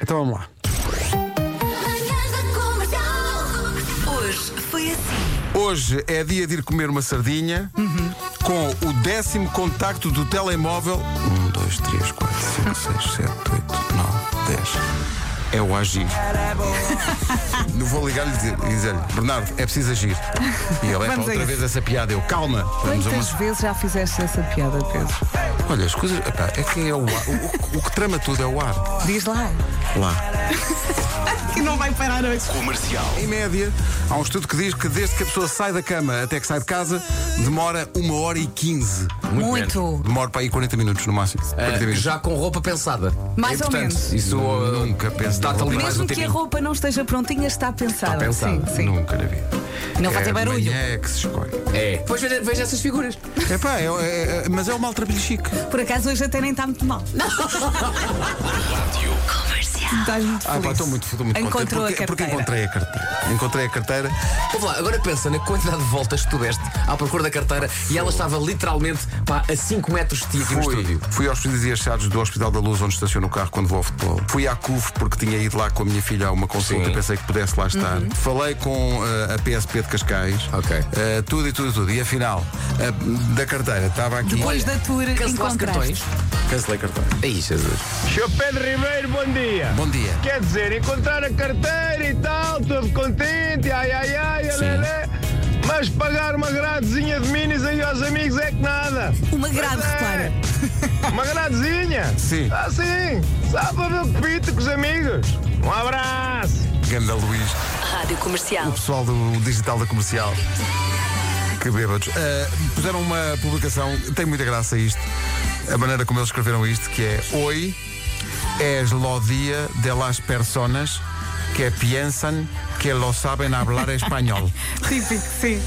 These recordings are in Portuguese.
Então vamos lá. Manhãs da Comercial. Hoje foi assim. Hoje é dia de ir comer uma sardinha com o décimo contacto do telemóvel. 1, 2, 3, 4, 5, 6, 7, 8, 9, 10. É o agir. Não vou ligar-lhe e dizer- e dizer-lhe, Bernardo, é preciso agir. E ele é Vamos a outra isso." vez essa piada. Eu, calma, vamos a uma. Quantas vezes já fizeste essa piada, Pedro? Olha, as coisas. epá, é que é o ar. O, o- o que trama tudo é o ar. Diz lá. Lá. Que não vai parar hoje. Em média, há um estudo que diz que desde que a pessoa sai da cama até que sai de casa, demora 1 hora e 15. Muito. Demora para aí 40 minutos no máximo. 40 Eh, minutos. já com roupa pensada. Mais ou Portanto, menos. isso eh, Nunca penso Dá-te ali na mais um Mesmo que a tempinho. roupa não esteja prontinha, está pensada. Está pensada. Sim, sim. Nunca na vida. Não vai é ter barulho. amanhã é que se escolhe. É. Depois veja, veja essas figuras. Epá, é, é- é- mas é o mal trabalho chique. Por acaso hoje até nem está muito mal. Estás muito Ah, feliz. pá, estou muito, estou muito contente. Encontrou a Porque, porque carteira. encontrei a carteira. Encontrei a carteira. Ouve lá, agora pensa na quantidade de voltas que tu deste à procura da carteira e ela estava literalmente pá, a 5 metros de ti aqui no Fui, estúdio. fui aos filhos e achados do Hospital da Luz, onde estaciono o carro quando vou ao futebol. Fui à CUF, porque tinha ido lá com a minha filha a uma consulta, Sim. pensei que pudesse lá estar. Falei com eh, a PSP de Cascais. Ok. Eh, tudo e tudo e tudo. E afinal, eh, da carteira, estava aqui. Depois da tour Cancelaste encontraste. cartões. Cancelei cartão. Aí, Jesus. Seu Pedro Ribeiro, bom dia. Bom dia. Quer dizer, encontrar a carteira e tal, todo contente, ai ai ai, alelé. Mas pagar uma gradezinha de minis aí aos amigos é que nada. Uma grade, Pois é. repara. Uma gradezinha? Sim. Ah, sim. Só para ver o que pita com os amigos. Um abraço. Ganda Luís. Rádio Comercial. O pessoal do digital da comercial. Que bêbados. Ah, puseram uma publicação, tem muita graça isto, a maneira como eles escreveram isto, que é Oi, és lo dia de las personas que piensan que lo saben hablar espanhol. Típico, sim.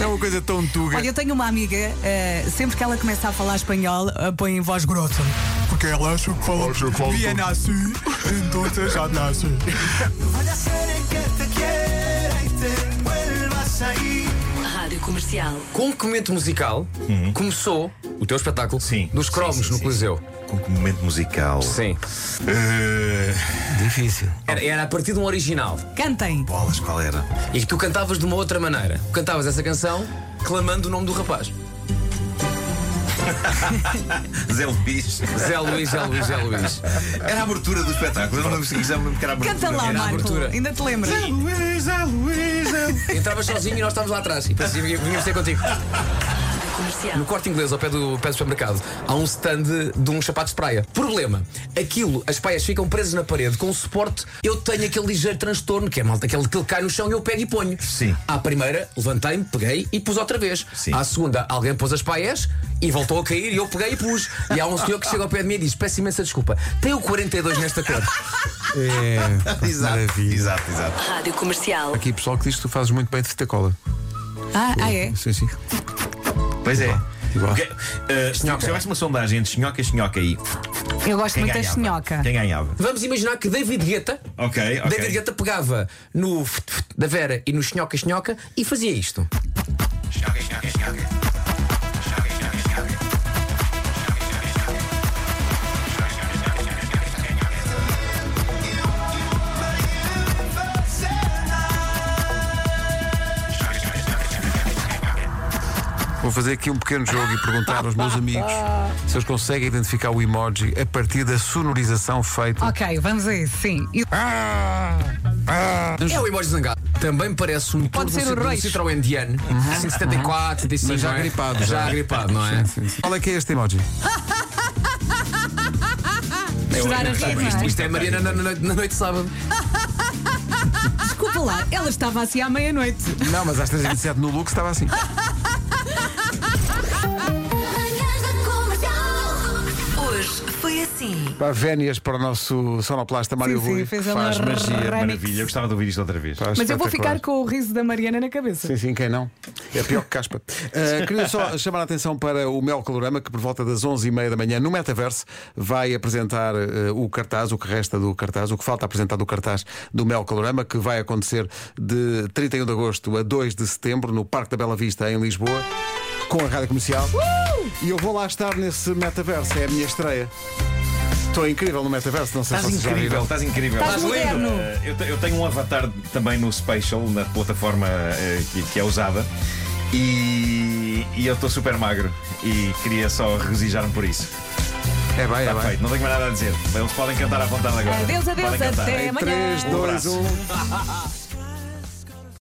é uma coisa tão tuga. Olha, eu tenho uma amiga, eh, sempre que ela começa a falar espanhol, a põe em voz grossa. Porque ela acha que fala bien assim, então já nasce. Rádio Comercial. Com que momento musical começou o teu espetáculo Sim. dos cromos Sim, sim, no sim, Coliseu? Com que momento musical? Sim. Eh, Difícil. Era, era a partir de um original. Cantem. bolas, qual era? E que tu cantavas de uma outra maneira. Tu cantavas essa canção clamando o nome do rapaz. Zé Luís. Zé Luís, Zé Luís, Zé Luís. Era a abertura do espetáculo. Eu não lembro se já me lembro que era a abertura. Canta lá, a Marco. abertura. Ainda te lembras? Entravas sozinho e nós estávamos lá atrás. E parecia que vinhamos ter contigo. No Comercial. corte inglês, ao pé do, pé do supermercado, há um stand de, de uns sapatos de praia. Problema: aquilo, as praias ficam presas na parede com um suporte. Eu tenho aquele ligeiro transtorno, que é malta, aquele que cai no chão e eu pego e ponho. Sim. À primeira, levantei-me, peguei e pus outra vez. Sim. À segunda, alguém pôs as praias e voltou a cair e eu peguei e pus. E há um senhor que chega ao pé de mim e diz: Peço imensa desculpa, tenho 42 nesta cor. É, Exato, maravilha. exato, exato. Rádio Comercial. Aqui pessoal que diz que tu fazes muito bem de fita cola. Ah, ah, é? Sim, sim. Pois é. Igual. Ok, eh, se tivesse uma sondagem entre Chinhoca e Chinhoca aí, Eu gosto quem muito da ganhava? senhoca. Quem ganhava? Vamos imaginar que David Guetta. Ok, ok. David Guetta pegava no f- f- da Vera e no Xinhoca Xinhoca e fazia isto. Chinhoca, Chinhoca, Chinhoca. Chinhoca, Chinhoca, Chinhoca. Vou fazer aqui um pequeno jogo e perguntar aos meus amigos se eles conseguem identificar o emoji a partir da sonorização feita. Ah, Ok, vamos a isso, sim. E- É o emoji zangado. Também parece um Pode ser turbo o cit- Reis. um Citroën Diane. 174, 75. Mas já não é? gripado, Já, já. gripado, não é? Qual é que é este emoji? Chorar a rir, não é? Isto é Mariana na, na noite- na noite de sábado. Desculpa lá, ela estava assim à meia-noite. Não, mas às 3h27 no look estava assim. Manhãs da Comercial. Hoje foi assim. Pá, vénias para o nosso sonoplasta Mário Sim, sim, Rui. fez que ela faz, r- Magia, Remix. maravilha. Eu gostava de ouvir isto outra vez. faz Mas eu vou espetacular. ficar com o riso da Mariana na cabeça. Sim, sim, quem não? É pior que caspa. Uh, queria só chamar a atenção para o Mel Calorama, que por volta das 11h30 da manhã, no Metaverse, vai apresentar uh, o cartaz, o que resta do cartaz, o que falta apresentar do cartaz do Mel Calorama, que vai acontecer de 31 de agosto a 2 de setembro, no Parque da Bela Vista, em Lisboa, com a rádio comercial. E eu vou lá estar nesse Metaverse, é a minha estreia. Estou incrível no metaverso, não sei se Estás vocês já Incrível, viram. estás incrível. Estás moderno. Eh, Eu, te- eu tenho um avatar também no Spatial, na plataforma eh, que, que é usada, e, e eu estou super magro e queria só regozijar-me por isso. É bem, é Está bem. feito, não tenho mais nada a dizer. Eles podem cantar à vontade agora. Adeus, adeus, Podem cantar. até amanhã. 3, Um 2, abraço. 1.